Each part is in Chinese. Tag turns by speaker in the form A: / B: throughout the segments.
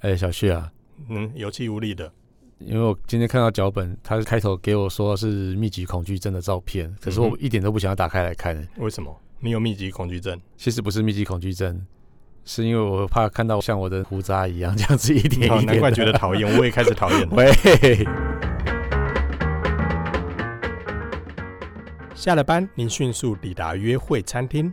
A: 哎、小旭啊，
B: 嗯，有气无力的。
A: 因为我今天看到脚本，他开头给我说是密集恐惧症的照片，可是
B: 嗯
A: 我
B: 哼
A: 一点都不想要打开来看、
B: 为什么？你有密集恐惧 症？
A: 其实不是密集恐惧症，是因为我怕看到像我的胡渣一样 这样子一点一
B: 好，
A: 点。
B: 难怪觉得。讨厌，我也开始讨 厌了。
A: 喂，
B: 下了班，您迅速抵达约会餐厅，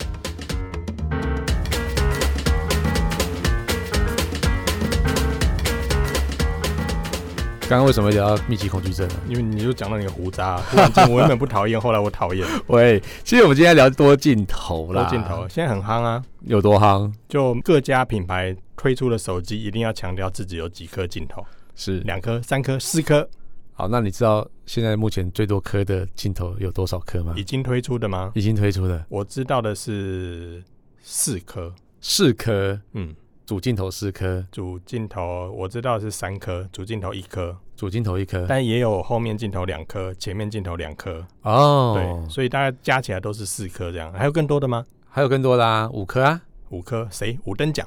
A: 刚刚为什么聊到密集恐惧症呢？
B: 因为你就讲到你的胡渣， 突然间我原本不讨厌，后来我讨 厌
A: 喂，其实我们今天聊多镜头啦，
B: 多镜头，现在很夯啊。
A: 有多夯？
B: 就各家品牌推出的手机，一定要强调自己有几颗镜头，
A: 是
B: 两颗、三颗、四颗，
A: 好，那你知道现在目前最多颗的镜头有多少颗吗
B: 已？经推出的吗？
A: 已经推出的
B: 我知道的是四颗，
A: 四颗，
B: 嗯，
A: 主镜头四颗，
B: 主镜头我知道是三颗，主镜头一颗，
A: 主镜头一颗。
B: 但也有后面镜头两颗，前面镜头两颗，
A: 哦
B: 对，，所以大概加起来都是四颗这样。还有更多的吗？
A: 还有更多的啊，五颗啊
B: 五颗？谁？五等奖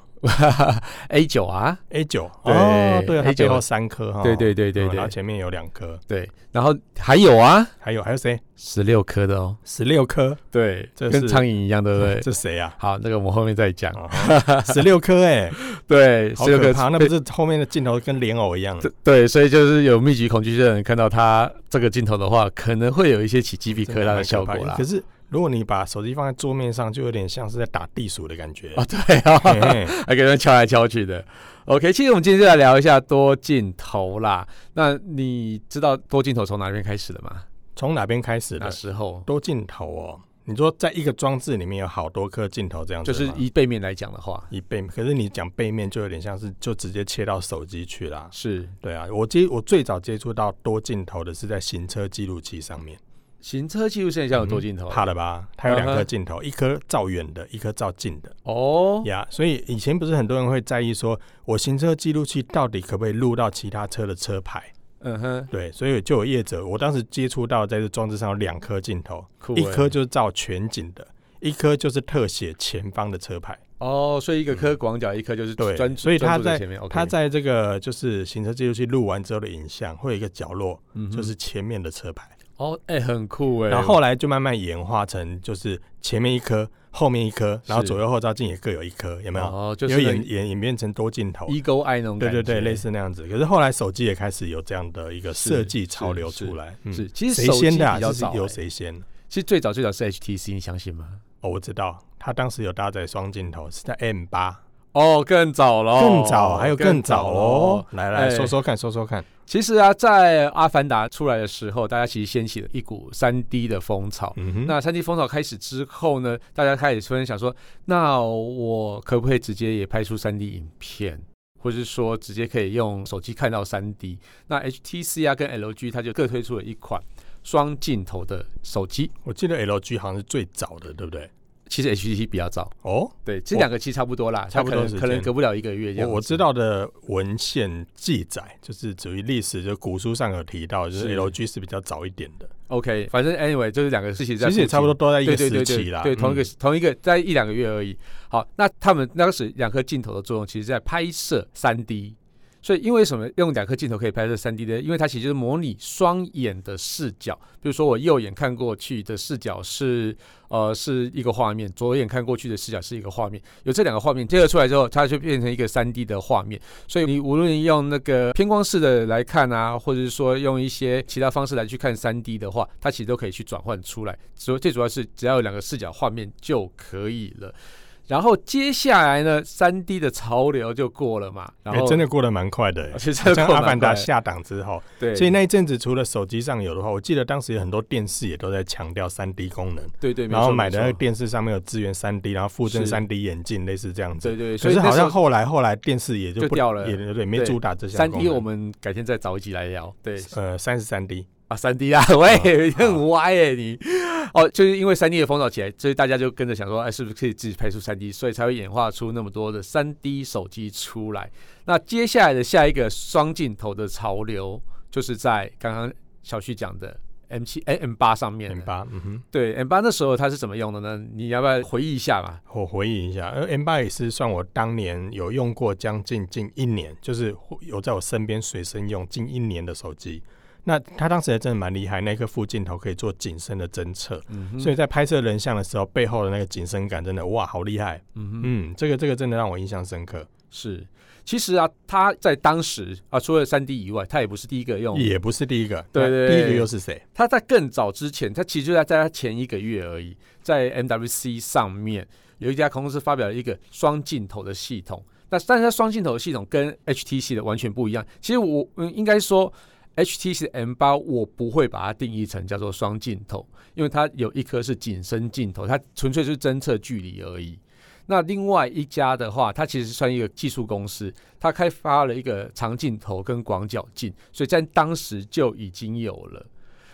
A: ，A 九啊，
B: A 九
A: 对
B: 哦，对啊，它
A: A9
B: 最后三颗哈，
A: 对对对
B: 嗯
A: 对
B: 然后
A: 对
B: 前面有两颗，
A: 对，然后还有啊，
B: 还有还有谁？
A: 十六颗的哦，
B: 十六颗，
A: 对，
B: 这
A: 跟
B: 是
A: 苍蝇一样，对不对？
B: 这谁啊？
A: 好，那个我们后面再讲。
B: 十六 颗哎，
A: 对，
B: 好
A: 十六
B: 可
A: 颗
B: 怕！那不是后面的镜头跟莲藕一样，啊
A: 对对，所以就是有密集恐惧症的人看到他这个镜头的话，可能会有一些起鸡皮
B: 真
A: 疙瘩
B: 蛮
A: 的效
B: 可怕
A: 果啦
B: 可。是如果你把手机放在桌面上，就有点像是在打地鼠的感觉
A: 啊，。 对啊，
B: 嘿嘿
A: 还给人敲来敲去的。OK，其实我们今天就来聊一下多镜头啦。那你知道多镜头从哪边开始的吗？
B: 从哪边开始
A: 那
B: 的？
A: 时候
B: 多镜头哦。你说在一个装置里面有好多颗镜头这样子
A: 就
B: 吗，
A: 是以背面来讲的话，
B: 一背，可是你讲背面就有点像是就直接切到手机去啦。
A: 是
B: 对啊，我接我最早接触到多镜头的是在行车记录器上面，嗯
A: 行车记录现象有多镜头、
B: 怕了吧？它有两
A: 嗯
B: 颗
A: 哼
B: 镜头，一颗照远的，一颗照近的。
A: 哦。
B: 呀所以以前不是很多人会在意说，我行车记录器到底可不可以录到其他车的车牌？
A: 嗯哼，
B: 对，所以就有业者，我当时接触到在这装置上有两颗镜头，
A: 酷欸、
B: 一颗就是照全景的，一颗就是特写前方的车牌。
A: 哦，所以一个颗广角，一颗就是
B: 嗯对
A: 专注，
B: 所以
A: 专
B: 它
A: 注在
B: 在
A: 前面，OK，
B: 它在这个就是行车记录器录完之后的影像，会有一个角落，
A: 嗯哼
B: 就是前面的车牌。
A: 哦，哎、很酷哎、
B: 然后后来就慢慢演化成，就是前面一颗，后面一颗，然后
A: 是
B: 左右后照镜也各有一颗，有没有？
A: 哦，就是
B: 有
A: 那
B: 演演演变成多镜头。
A: Eagle Eye 那种
B: 对
A: 感
B: 对
A: 觉，
B: 对，类似那样子。可是后来手机也开始有这样的一个
A: 是
B: 设计潮
A: 是
B: 流
A: 是
B: 出来，
A: 是
B: 嗯，
A: 其实
B: 谁
A: 手机
B: 先的啊？
A: 比较
B: 就是
A: 早欸
B: 由谁先？
A: 其实最早最早是 HTC，你相信吗？
B: 哦，我知道，他当时有搭载双镜头，是在 M 八，
A: 哦，更早了，
B: 更早，还有更早哦。。来来，
A: 哎
B: 说说看，说说看。
A: 其实啊，在《阿凡达》出来的时候，大家其实掀起了一股三 D 的风潮。
B: 嗯哼，
A: 那三 D 风潮开始之后呢，大家开始突然想说，那我可不可以直接也拍出三 D 影片，或是说直接可以用手机看到三 D？那 HTC 啊跟 LG 它就各推出了一款双镜头的手机。
B: 我记得 LG 好像是最早的，对不对？
A: 其实 HTC 比较早，
B: 哦，
A: 对，这两个其实差不多啦，
B: 差不多
A: 它可
B: 时
A: 能
B: 间
A: 可能隔不了一个月这
B: 我
A: 样
B: 我
A: 子
B: 知道的文献记载，就是属于历史，就古书上有提到，就是
A: 是
B: LG 是比较早一点的，
A: OK，反正 anyway 就是两个事情在
B: 其实也
A: 附近
B: 差不多都在一
A: 对
B: 个
A: 对对
B: 时
A: 对
B: 期啦，
A: 对，同一个、
B: 嗯
A: 同一个在一两个月而已。好，那他们当时两颗镜头的作用，其实在拍摄三 D。所以，因为什么用两颗镜头可以拍摄三 D 呢？因为它其实就是模拟双眼的视角。比如说，我右眼看过去的视角是呃是一个画面，左眼看过去的视角是一个画面。有这两个画面结合出来之后，它就变成一个三 D 的画面。所以你无论用那个偏光式的来看啊，或者是说用一些其他方式来去看三 D 的话，它其实都可以去转换出来。所以最主要是只要有两个视角画面就可以了。然后接下来呢，三 D 的潮流就过了嘛，然
B: 哎，
A: 后、
B: 真的过得蛮快的。哎
A: 其实哦真的
B: 像
A: 过
B: 阿
A: 得蛮
B: 凡达
A: 快的
B: 下档之后，
A: 对，
B: 所以那一阵子除了手机上有的话，我记得当时有很多电视也都在强调三 D 功能，
A: 对对，没
B: 然后
A: 错
B: 买的那
A: 没
B: 个
A: 错
B: 电视上面有支援三 D，然后附赠
A: 是
B: 三 D 眼镜，类似这样子。
A: 对对，
B: 可
A: 所以
B: 是
A: 那
B: 好
A: 时
B: 像
A: 候
B: 后来后来电视也就
A: 就
B: 不
A: 掉了
B: 也对，没
A: 对
B: 主打这项
A: 三
B: 功
A: D
B: 能
A: 我们改天再找一集来聊，对，
B: 呃三十三 D
A: 啊，三 D 啊， 喂，很歪耶你。哦，就是因为三 D 的风潮起来，所以大家就跟着想说，哎，是不是可以自己拍出三 D？所以才会演化出那么多的三 D 手机出来。那接下来的下一个双镜头的潮流，就是在刚刚小旭讲的 M 七、哎 M 八上面
B: M
A: 了。
B: 八，嗯哼，
A: 对 M 八那时候它是怎么用的呢？你要不要回忆一下嘛？
B: 我回忆一下，呃，M 八也是算我当年有用过将近近一年，就是有在我身边随身用近一年的手机。那它当时还真的蛮厉害，那颗副镜头可以做景深的侦测，
A: 嗯哼，
B: 所
A: 以
B: 以在拍摄人像的时候，背后的那个景深感真的哇，好厉害！
A: 嗯哼。
B: 嗯，这个这个真的让我印象深刻，
A: 是，其实啊，他在当时啊，除了三 D 以外，他也不是第一个用。
B: 也不是第一个，
A: 对
B: 那
A: 对
B: 第一
A: 对
B: 个又是谁？
A: 他在更早之前，他其实就在在他前一个月而已，在 MWC 上面有一家公司发表了一个双镜头的系统。那但是它双镜头的系统跟 HTC 的完全不一样。其实我嗯，应该说 HTC 的 M 八我不会把它定义成叫做双镜头，因为它有一颗是景深镜头，它纯粹是侦测距离而已。那另外一家的话，它其实算一个技术公司，它开发了一个长镜头跟广角镜，所以在当时就已经有了。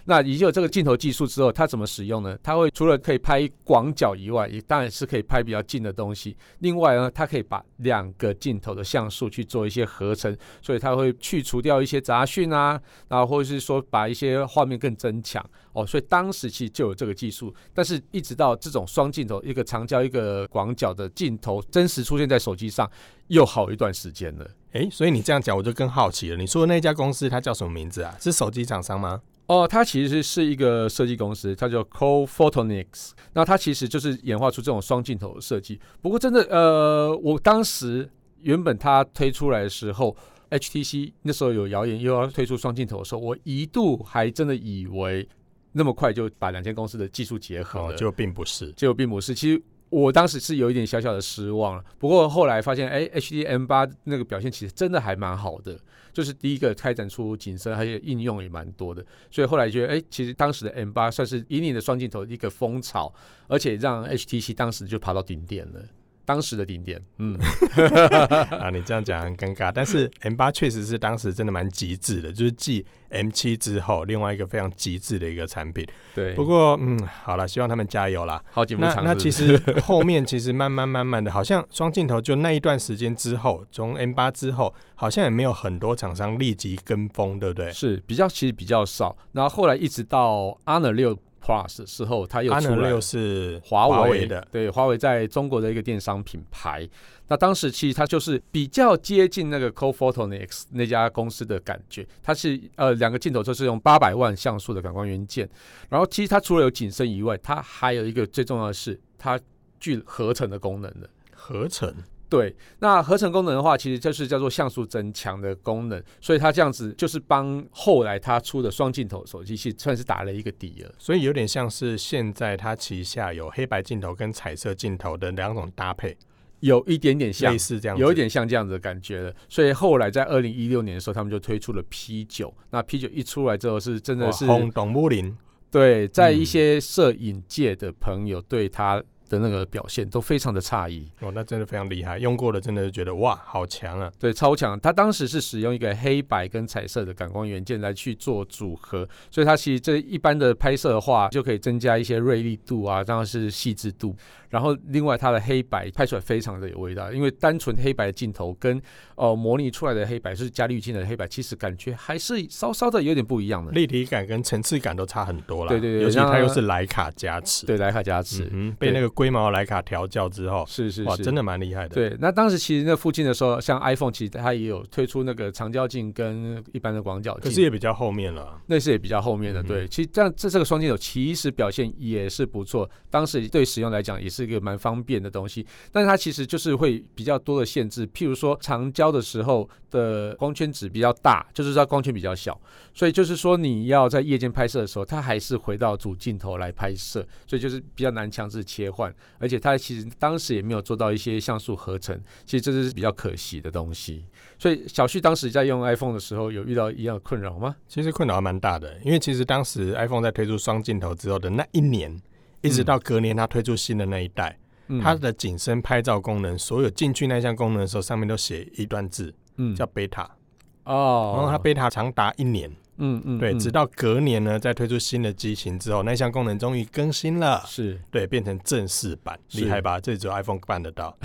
A: 那已经有这个镜头技术之后，它怎么使用呢？它会除了可以拍广角以外，也当然是可以拍比较近的东西。另外呢，它可以把两个镜头的像素去做一些合成，所以它会去除掉一些杂讯啊，然后或者是说把一些画面更增强哦。所以当时其实就有这个技术，但是一直到这种双镜头，一个长焦一个广角的镜头真实出现在手机上，又好一段时间了。
B: 诶，所以你这样讲我就更好奇了。你说的那家公司它叫什么名字啊？是手机厂商吗？
A: 哦，它其实是一个设计公司，它叫 Co Photonics。那它其实就是演化出这种双镜头的设计。不过真的，呃，我当时原本它推出来的时候，HTC 那时候有谣言又要推出双镜头的时候，我一度还真的以为那么快就把两间公司的技术结合了，
B: 哦，就并不是。
A: 结果并不是。其实我当时是有一点小小的失望了，不过后来发现，哎，HDM 八那个表现其实真的还蛮好的，就是第一个开展出景深，而且应用也蛮多的。所以后来觉得，哎，其实当时的 M 八算是引领的双镜头一个风潮，而且让 HTC 当时就爬到顶点了。当时的顶点， 嗯，
B: 啊，你这样讲很尴尬，但是 M 八确实是当时真的蛮极致的，就是继 M 七之后另外一个非常极致的一个产品。
A: 对，
B: 不过，嗯，好了，希望他们加油啦。
A: 好景不
B: 那
A: 长
B: 那
A: 是
B: 其
A: 不是
B: 实后面其实慢慢慢慢的，好像双镜头就那一段时间之后，从 M 八之后，好像也没有很多厂商立即跟风，对不对？
A: 是比较，其实比较少。然后后来一直到 Honor 六 Plus 的时候，它又
B: 安
A: 出
B: 能
A: 来
B: 六是
A: 华为
B: 的，
A: 对，华为在中国的一个电商品牌。那当时其实它就是比较接近那个 Cophotonics 那家公司的感觉，它是呃两个镜头就是用八百万像素的感光元件，然后其实它除了有景深以外，它还有一个最重要的是它具合成的功能的。
B: 合成
A: 对，那合成功能的话，其实就是叫做像素增强的功能，所以它这样子就是帮后来它出的双镜头手机系算是打了一个底了。
B: 所以有点像是现在它旗下有黑白镜头跟彩色镜头的两种搭配，
A: 有一点点像
B: 类，似这样子，
A: 有一点像这样子的感觉了。所以后来在二零一六年的时候，他们就推出了 P 九。那 P 九一出来之后，是真的
B: 哇
A: 是
B: 轰嗯动木林。
A: 对，在一些摄影界的朋友对他的那个表现都非常的诧异。
B: 哦，那真的非常厉害，用过的真的觉得哇，好强啊！
A: 对，超强。他当时是使用一个黑白跟彩色的感光元件来去做组合，所以它其实这一般的拍摄的话，就可以增加一些锐利度啊，当然是细致度。然后另外它的黑白拍出来非常的有味道，因为单纯黑白的镜头跟呃模拟出来的黑白就是加滤镜的黑白，其实感觉还是稍稍的有点不一样的。
B: 立体感跟层次感都差很多啦。
A: 对对对
B: 尤其
A: 让它
B: 它又是徕卡加持，
A: 对，莱卡加持，
B: 嗯哼，被那个龟毛徕卡调教之后，
A: 是是
B: 哇，
A: 是，
B: 真的蛮厉害的。，
A: 对，那当时其实那附近的时候，像 iPhone 其实它也有推出那个长焦镜跟一般的广角
B: 可
A: 镜，
B: 是也比较后面了。
A: 那是也比较后面的，
B: 嗯哼
A: 对。其实这样这这个双镜头其实表现也是不错，当时对使用来讲也是一个蛮方便的东西，但是它其实就是会比较多的限制，譬如说长焦的时候的光圈值比较大，就是它光圈比较小，所以就是说你要在夜间拍摄的时候，它还是回到主镜头来拍摄，所以就是比较难强制切换，而且它其实当时也没有做到一些像素合成，其实这是比较可惜的东西。所以小旭当时在用 iPhone 的时候，有遇到一样的困扰吗？
B: 其实困扰还蛮大的，因为其实当时 iPhone 在推出双镜头之后的那一年，一直到隔年它推出新的那一代，
A: 嗯
B: 它的景深拍照功能，所有进去那项功能的时候，上面都写一段字
A: 嗯
B: 叫贝塔，
A: 哦，
B: 然后它贝塔长达一年。
A: 嗯嗯，
B: 对，
A: 嗯
B: 直到隔年呢，再推出新的机型之后，那项功能终于更新了，
A: 是。
B: 对，变成正式版，
A: 是
B: 厉害吧？这只有 iPhone 办得到。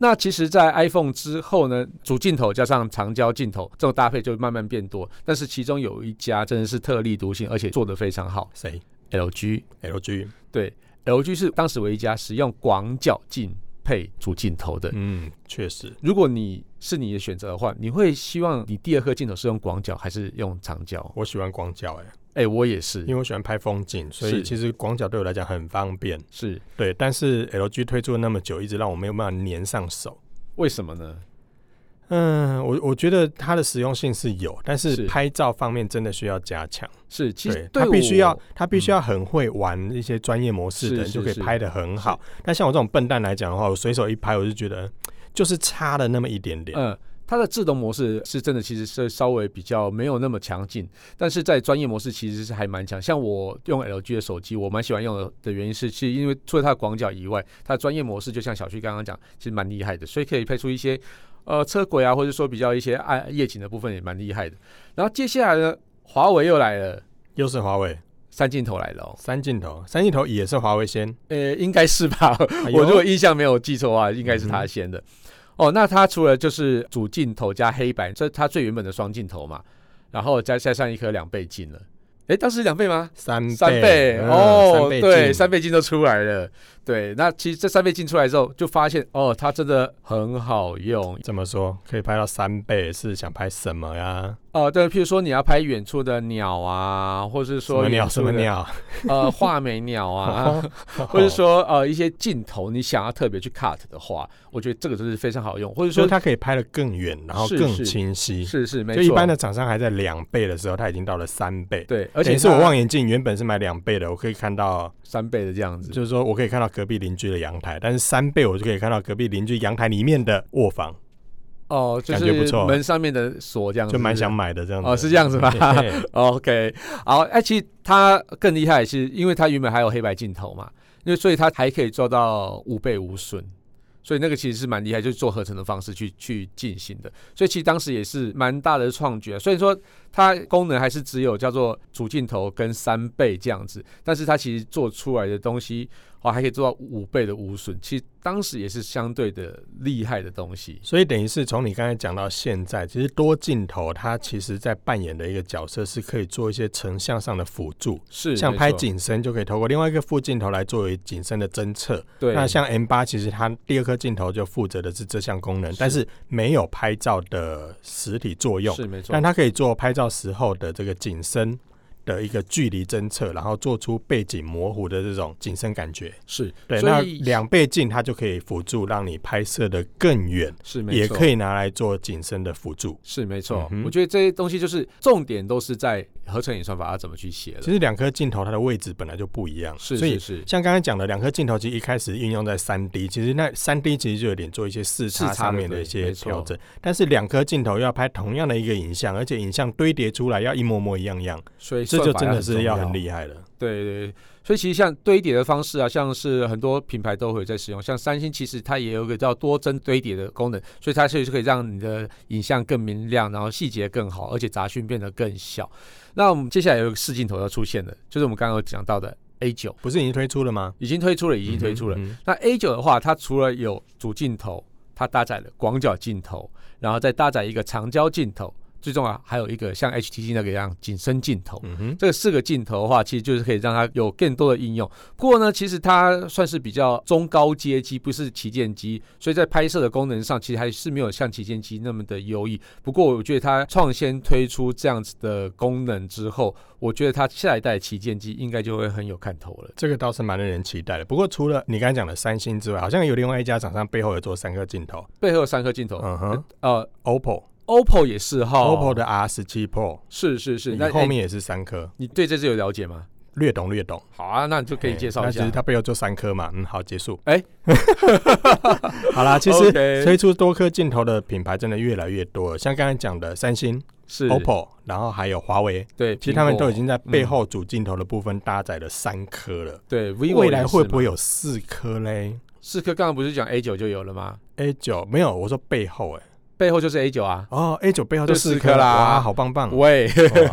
A: 那其实，在 iPhone 之后呢，主镜头加上长焦镜头这种搭配就慢慢变多。但是其中有一家真的是特立独行，而且做得非常好
B: 谁
A: ，LG。
B: ？LG。
A: 对，LG 是当时唯一一家使用广角镜配主镜头的。
B: 嗯，确实，
A: 如果你是你的选择的话，你会希望你第二颗镜头是用广角还是用长焦？
B: 我喜欢广角、欸，哎，
A: 哎、我也是
B: 因，为我喜欢拍风景，所以
A: 是
B: 其实广角对我来讲很方便。
A: 是
B: 对，但是 LG 推出了那么久，一直让我没有办法粘上手。
A: 为什么呢？
B: 嗯，我我觉得它的实用性是有，但
A: 是
B: 是拍照方面真的需要加强。
A: 是其实
B: 对，它
A: 我
B: 必须要它必须要很会玩一些专业模式
A: 是
B: 的人，
A: 是
B: 就可以拍的很好。但像我这种笨蛋来讲的话，我随手一拍，我就觉得就是差了那么一点点。
A: 嗯，它的自动模式是真的，其实是稍微比较没有那么强劲，但是在专业模式其实是还蛮强。像我用 LG 的手机，我蛮喜欢用的的原因是，其实因为除了它的广角以外，它的专业模式就像小旭刚刚讲，其实蛮厉害的，所以可以配出一些呃车轨啊，或者说比较一些暗夜景的部分也蛮厉害的。然后接下来呢，华为又来了，
B: 又是华为
A: 三镜头来了、哦，
B: 三镜头，三镜头也是华为先。
A: 呃，应该是吧？
B: 哎呦 嗯
A: 我如果印象没有记错啊，应该是他先的。哦，那他除了就是主镜头加黑白，这是他最原本的双镜头嘛，然后再加上一颗两倍镜了。诶，当时两倍吗？
B: 三倍
A: 三倍、
B: 嗯
A: 哦，
B: 三倍
A: 对，
B: 镜
A: 三倍镜都出来了。对，那其实这三倍镜出来之后，就发现哦，它真的很好用
B: 怎么说可以拍到三倍？是想拍什么呀？
A: 哦。对，譬如说你要拍远处的鸟啊，或是
B: 什
A: 说
B: 么鸟？
A: 远处
B: 什么
A: 的
B: 鸟？
A: 呃，画眉鸟 啊，或
B: 哦
A: 者说呃一些镜头你想要特别去 cut 的话，我觉得这个就是非常好用，或者
B: 哦所
A: 说
B: 以它可以拍得更远，然后
A: 是
B: 更
A: 是
B: 清晰。
A: 是是没
B: 就
A: 错，
B: 一般的厂商还在两倍的时候，它已经到了三倍。
A: 对，而
B: 而
A: 且
B: 且是我
A: 它
B: 望远镜原本是买两倍的，我可以看到，
A: 三倍的这样子，
B: 就是说我可以看到隔壁邻居的阳台，但是三倍我就可以看到隔壁邻居阳台里面的卧房，
A: 哦，就
B: 感觉不
A: 是
B: 错
A: 门上面的锁这样子，
B: 就蛮想买的这样子。
A: 哦嗯是这样 子吗
B: 嘿嘿
A: OK，好，哎、其实它更厉害的是，因为它原本还有黑白镜头嘛，因为所以它还可以做到五倍无损，所以那个其实是蛮厉害，就是做合成的方式去去进行的，所以其实当时也是蛮大的创举啊。虽然说它功能还是只有叫做主镜头跟三倍这样子，但是它其实做出来的东西哦，还可以做到五倍的无损，其实当时也是相对的厉害的东西。
B: 所以等于是从你刚才讲到现在，其实多镜头它其实在扮演的一个角色是可以做一些成像上的辅助，
A: 是
B: 像
A: 没
B: 拍
A: 错
B: 景深就可以透过另外一个副镜头来作为景深的侦测。
A: 对，
B: 那像 M 八其实它第二颗镜头就负责的是这项功能，
A: 是
B: 但是没有拍照的实体作用，
A: 是没错
B: 但，它可以做拍照时候的这个景深的一个距离侦测，然后做出背景模糊的这种景深感觉。
A: 是
B: 对，
A: 所
B: 那
A: 以
B: 两倍镜它就可以辅助让你拍摄的更远，
A: 是没错
B: 也可以拿来做景深的辅助。
A: 是没错，
B: 嗯哼
A: 我觉得这些东西就是重点都是在合成演算法要怎么去写
B: 其
A: 的。
B: 实两颗镜头它的位置本来就不一样，
A: 是
B: 所以
A: 是是
B: 像刚才讲的，两颗镜头其实一开始应用在三 D，其实那三 D 其实就有点做一些视
A: 视
B: 差
A: 差
B: 上面
A: 的
B: 的一
A: 对
B: 些
A: 没错
B: 调整，但是两颗镜头要拍同样的一个影像，而且影像堆叠出来要一模模一样样，
A: 所以
B: 这就
A: 算法
B: 真的是要很
A: 重
B: 厉害了。
A: 对对对，所以其实像堆叠的方式啊，像是很多品牌都会在使用，像三星其实它也有一个叫多帧堆叠的功能，所以它其实是可以让你的影像更明亮，然后细节更好，而且杂讯变得更小。那我们接下来有一个试镜头要出现的，就是我们刚刚有讲到的 A 九，
B: 不是已经推出了吗？
A: 已经推出了，已经推出了。
B: 嗯哼。嗯
A: 那 A 九的话，它除了有主镜头，它搭载了广角镜头，然后再搭载一个长焦镜头，最重要还有一个像 HTC 那个一样景深镜头。
B: 嗯哼，
A: 这四个镜头的话，其实就是可以让它有更多的应用。不过呢，其实它算是比较中高阶机，不是旗舰机，所以在拍摄的功能上，其实还是没有像旗舰机那么的优异。不过，我觉得它创先推出这样子的功能之后，我觉得它下一代旗舰机应该就会很有看头了。
B: 这个倒是蛮令人期待的。不过除了你刚才讲的三星之外，好像有另外一家厂商背后有做三颗镜头，
A: 背后有三颗镜头，
B: 嗯哼
A: 呃
B: ，OPPO、
A: ，OPPO 也是哈
B: OPPO 的 R 十七 Pro，
A: 是哦是是，那
B: 你后
A: 哎
B: 面也是三颗，
A: 你对这支有了解吗？
B: 略懂略懂。
A: 好啊，那你就可以介绍
B: 哎那
A: 一
B: 其实
A: 下。
B: 它背后就三颗嘛，嗯，好，结束。
A: 哎
B: 好啦，其实
A: OK
B: 推出多颗镜头的品牌真的越来越多了，像刚才讲的三星、
A: 是
B: OPPO，然后还有华为，
A: 对，
B: 其实他们
A: 苹果
B: 都已经在背后主镜头的部分搭载了三颗了。
A: 对 vivo
B: 未来会不会
A: 有
B: 有四颗嘞
A: 四颗？刚刚不是讲 A 九就有了吗？
B: ？A 九没有，我说背后哎、
A: 背后就是 A 九啊。
B: 哦，A 九背后就
A: 就
B: 四
A: 四
B: 颗
A: 颗啦
B: 哇，好棒棒！
A: 喂，
B: 哇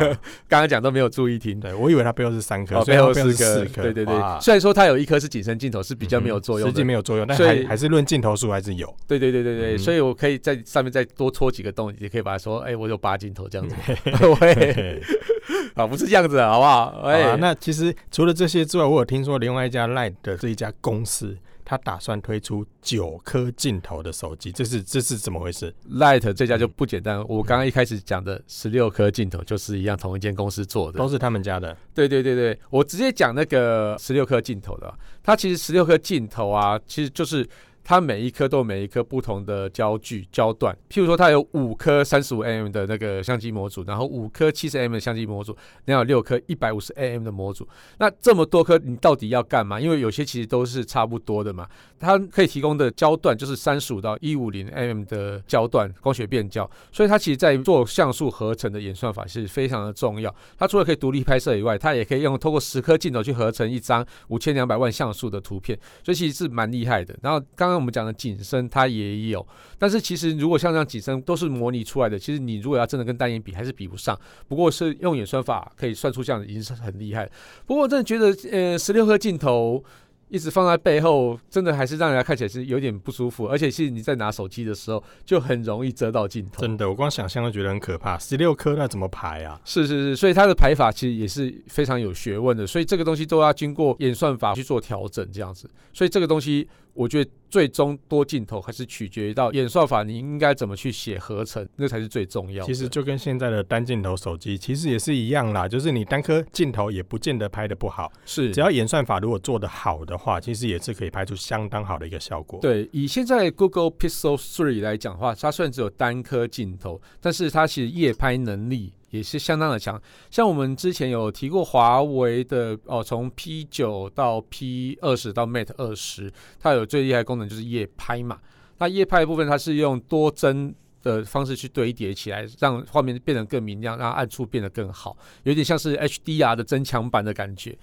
A: 刚刚讲都没有注意听。
B: 对我以为它背后是三颗，
A: 哦，
B: 所以
A: 背
B: 它
A: 后
B: 是
A: 四颗，
B: 颗，
A: 对对
B: 哇嗯
A: 对。虽然说它有一颗是景深镜头，是比较没有作用
B: 实际
A: 的。
B: 没有作用，但
A: 所
B: 还
A: 以
B: 还是论镜头数还是有。
A: 对对对对对，
B: 嗯
A: 所以我可以在上面再多戳几个洞，也可以把它说，哎，我有八镜头这样子。 喂， 啊，不是这样子的，好不好？
B: 嗯好啊
A: 哎，
B: 那其实除了这些之外，我有听说另外一家 Light 的这一家公司，它打算推出九颗镜头的手机，这是这是怎么回事？
A: Light 这家就不简单，我刚刚一开始讲的十六颗镜头就是一样，同一间公司做的
B: 都。是他们家的，
A: 对对对对，我直接讲那个十六颗镜头的，啊它其实十六颗镜头啊，其实就是它每一颗都有每一颗不同的焦距焦段，譬如说它有五颗三十五 mm 的那个相机模组，然后五颗七十 mm 的相机模组，然后有六颗一百五十 mm 的模组。那这么多颗，你到底要干嘛？因为有些其实都是差不多的嘛，它可以提供的焦段就是三十五到一五零 mm 的焦段光学变焦，所以它其实在做像素合成的演算法是非常的重要。它除了可以独立拍摄以外，它也可以用透过十颗镜头去合成一张五千两百万像素的图片，所以其实是蛮厉害的。然后刚刚我们讲的景深它也有，但是其实如果像这样景深都是模拟出来的，其实你如果要真的跟单眼比，还是比不上。不过是用演算法可以算出这样，已经是很厉害了。不过我真的觉得，呃，十六颗镜头。一直放在背后，真的还是让人家看起来是有点不舒服，而且是你在拿手机的时候就很容易遮到镜头。
B: 真的，我光想象都觉得很可怕。十六颗那怎么排啊？
A: 是是是，所以它的排法其实也是非常有学问的，所以这个东西都要经过演算法去做调整，这样子。所以这个东西，我觉得最终多镜头还是取决于到演算法，你应该怎么去写合成，那才是最重要的。
B: 其实就跟现在的单镜头手机其实也是一样啦，就是你单颗镜头也不见得拍的不好，
A: 是
B: 只要演算法如果做得好的话，其实也是可以拍出相当好的一个效果。
A: 对，以现在 Google Pixel 3来讲的话，它虽然只有单颗镜头，但是它其实夜拍能力也是相当的强。像我们之前有提过华为的哦，从 P 九到 P 二十到 Mate 二十，它有最厉害的功能就是夜拍嘛。那夜拍的部分，它是用多帧。的方式去堆叠起来，让画面变得更明亮，让暗处变得更好，有点像是 HDR 的增强版的感觉。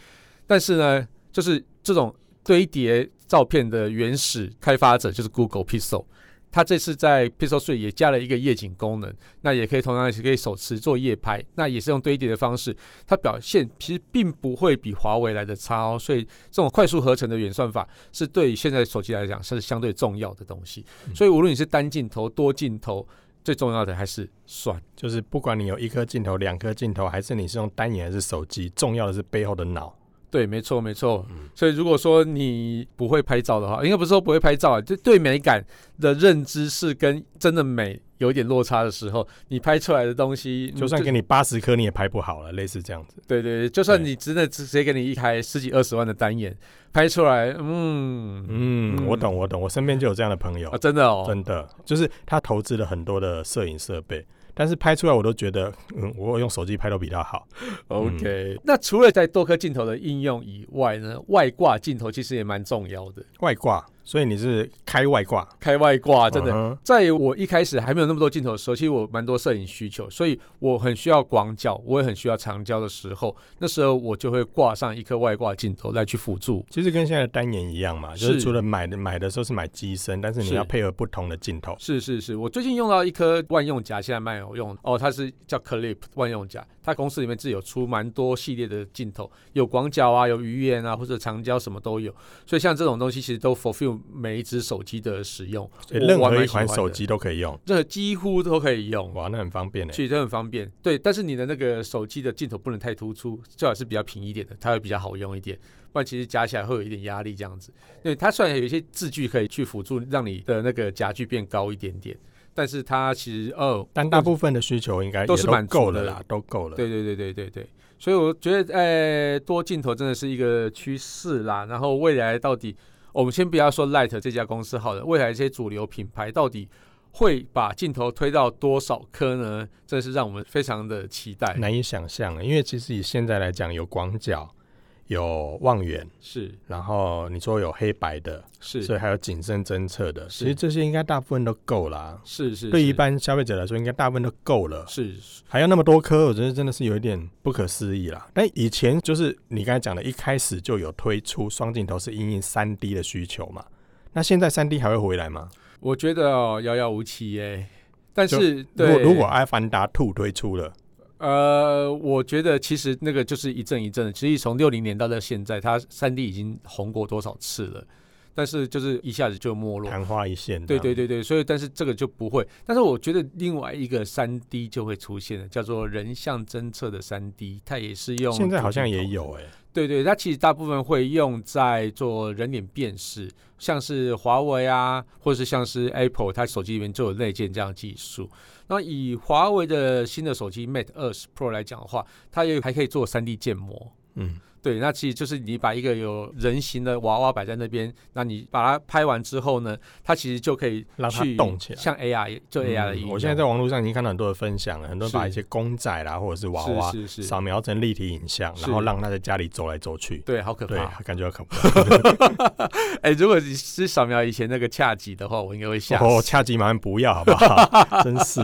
A: 但是呢，就是这种堆叠照片的原始开发者就是 Google Pixel。它这次在 Pixel 3也加了一个夜景功能，那也可以同样也是可以手持做夜拍，那也是用堆叠的方式，它表现其实并不会比华为来的差哦。所以这种快速合成的演算法是对于现在手机来讲是相对重要的东西。
B: 嗯
A: 所以无论你是单镜头、多镜头，最重要的还是算。
B: 就是不管你有一颗镜头、两颗镜头，还是你是用单眼还是手机，重要的是背后的脑。
A: 对，没错，没错。
B: 嗯
A: 所以如果说你不会拍照的话，应该不是说不会拍照啊，就对美感的认知是跟真的美有一点落差的时候，你拍出来的东西，
B: 就算给
A: 你
B: 你八十颗，你也拍不好了，类似这样子。
A: 对对，对就算
B: 对
A: 你真的直接给你一台十几二十万的单眼拍出来，嗯
B: 嗯，
A: 嗯
B: 我懂，我懂，我身边就有这样的朋友
A: 啊，，真的哦，
B: 真的就是他投资了很多的摄影设备，但是拍出来我都觉得，嗯，我用手机拍都比他好。嗯
A: OK，、那除了在多颗镜头的应用以外呢，外挂镜头其实也蛮重要的，
B: 外挂，所以你是开外挂，
A: 开外挂真的
B: 嗯哼
A: 在我一开始还没有那么多镜头的时候，其实我蛮多摄影需求，所以我很需要广角，我也很需要长焦的时候，那时候我就会挂上一颗外挂镜头来去辅助。
B: 其实跟现在的单眼一样嘛，就是
A: 是
B: 除了买的买的时候是买机身，但是你
A: 是
B: 要配合不同的镜头。
A: 是是是，我最近用到一颗万用夹，现在蛮有用的哦，它是叫 Clip 万用夹，它公司里面自己有出蛮多系列的镜头，有广角啊，有鱼眼啊，或者长焦什么都有，所以像这种东西其实都 fulfill 每一只手机的使用，
B: 所以任
A: 我还
B: 何
A: 蛮
B: 一
A: 喜欢
B: 款
A: 的
B: 手，机都可以用，
A: 这几乎都可以用。
B: 哇，那很方便欸呢。
A: 其实都很方便。对，但是你的那个手机的镜头不能太突出，最好是比较平一点的，它会比较好用一点。不然其实夹起来会有一点压力这样子。对，它虽然有一些字距可以去辅助，让你的那个夹距变高一点点，但是它其实 哦，
B: 但大部分的需求应该也
A: 都是满足
B: 够
A: 的
B: 了啦，都够了。
A: 对对对对对对，所以我觉得，呃，多镜头真的是一个趋势啦。然后未来到底，我们先不要说 Light 这家公司好了，未来这些主流品牌到底会把镜头推到多少颗呢？真的是让我们非常的期待。
B: 难以想象，因为其实以现在来讲，有广角，有望远，
A: 是
B: 然后你说有黑白的，
A: 是
B: 所以还有景深侦测的，
A: 是
B: 其实这些应该大部分都够啦。
A: 是是，
B: 对
A: 是
B: 一般消费者来说，应该大部分都够了，
A: 是
B: 还要那么多颗，我觉得真的是有一点不可思议啦。但以前就是你刚才讲的，一开始就有推出双镜头是因应三 D 的需求嘛，那现在三 D 还会回来吗？
A: 我觉得哦，遥遥无期耶。但
B: 就是如果
A: 对，
B: 如果《阿凡达 Two》推出了，
A: 呃，我觉得其实那个就是一阵一阵的。其实从六零年到到现在，它三 D 已经红过多少次了，但是就是一下子就没落。
B: 昙花一现，
A: 对对，对对，所以但是这个就不会。但是我觉得另外一个三 D 就会出现的，叫做人像侦测的三 D，它也是用
B: 现在好像
A: 主
B: 也
A: 镜头
B: 有哎、
A: 对对，它其实大部分会用在做人脸辨识，像是华为啊，或者是像是 Apple，它手机里面就有内建这样的技术。那以华为的新的手机 Mate 二十 Pro 来讲的话，它也还可以做 3D 建模。
B: 嗯，
A: 对，那其实就是你把一个有人形的娃娃摆在那边，那你把它拍完之后呢，它其实就可以
B: 让它
A: 去
B: 动起来。
A: 像 AR 做 AR 的应
B: 嗯
A: 用、
B: 我现在在网络上已经看到很多的分享了，很多人把
A: 是
B: 一些公仔啦，或者是娃娃
A: 是是是，
B: 扫描成立体影像，
A: 是
B: 然后让他在家里走来走去。
A: 对，好可
B: 对
A: 怕。，
B: 感觉很可
A: 哎、如果你是扫描以前那个恰吉的话，我应该会吓
B: 怕。哦，
A: 死。
B: 恰吉马上不要好不好？ 真 是。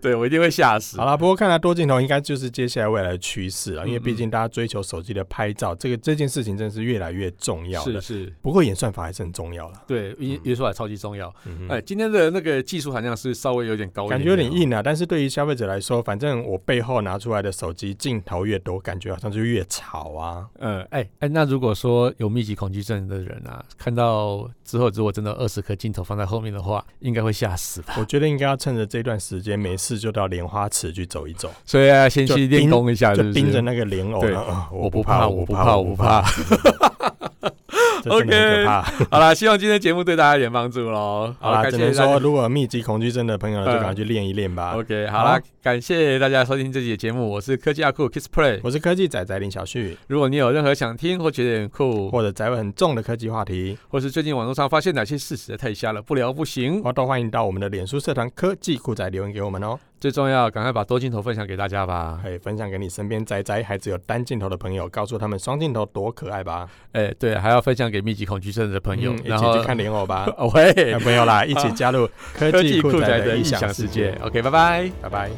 A: 对，我一定会吓死。
B: 好啦，不过看来多镜头应该就是接下来未来的趋势了，因为
A: 嗯嗯
B: 毕竟大家追求手机的拍照，这个这件事情真的是越来越重要
A: 是
B: 了。
A: 是，
B: 不过演算法还是很重要了。
A: 对，约约出来超级重要。
B: 嗯
A: 哎，今天的那个技术含量是稍微有点高一
B: 感
A: 点
B: 觉
A: 点哦，
B: 有点硬啊，但是对于消费者来说，反正我背后拿出来的手机镜头越多，感觉好像就越吵啊。
A: 嗯。哎哎，那如果说有密集恐惧症的人啊，看到之后如果真的二十颗镜头放在后面的话，应该会吓死吧？
B: 我觉得应该要趁着这段时间没事就到莲花池去走一走，
A: 所以啊，先
B: 就
A: 去练
B: 盯
A: 功一下，是
B: 就
A: 不
B: 盯着
A: 是？
B: 那个莲藕
A: 对
B: 然后啊
A: 我
B: 不
A: 不怕
B: 我
A: 我不
B: 怕，
A: 怕
B: 我
A: 我
B: 不
A: 不
B: 怕。 这真的很可 怕。
A: 好啦，希望今天节目对大家有点帮助 喽。
B: 好啦，
A: 感
B: 只
A: 谢
B: 能
A: 大家
B: 说如果有密集恐惧症的朋友呢，就赶快
A: 嗯
B: 去练一练吧。
A: OK，好啦
B: 好，
A: 感谢大家收听这期的节目，我是科技阿酷 Kiss Play。
B: 我是科技仔仔林小旭，
A: 如果你有任何想听或觉得很酷，
B: 或者宅味很重的科技话题，
A: 或是最近网络上发现哪些事实在太瞎了，不聊不行。
B: 我都欢迎到我们的脸书社团科技酷仔留言给我们哦，
A: 最重要，赶快把多镜头分享给大家吧。
B: 可以分享给你身边宅宅还只有单镜头的朋友，告诉他们双镜头多可爱吧。
A: 哎、对，还要分享给密集恐惧症的朋友，
B: 嗯一
A: 然
B: 起
A: 后。
B: 去看莲藕吧
A: 哦喂
B: 哎，没有啦，一起加入 科
A: 科
B: 技
A: 技
B: 酷
A: 酷
B: 仔
A: 宅
B: 的
A: 的
B: 异
A: 异
B: 想
A: 想
B: 世
A: 世
B: 界
A: 界。。OK，拜拜。
B: 拜拜。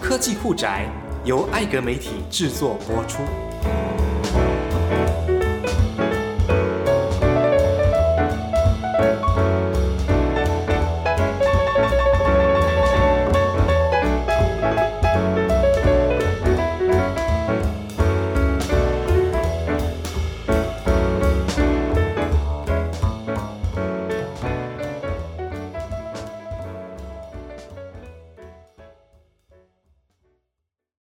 C: 科技酷宅由艾格媒体制作播出。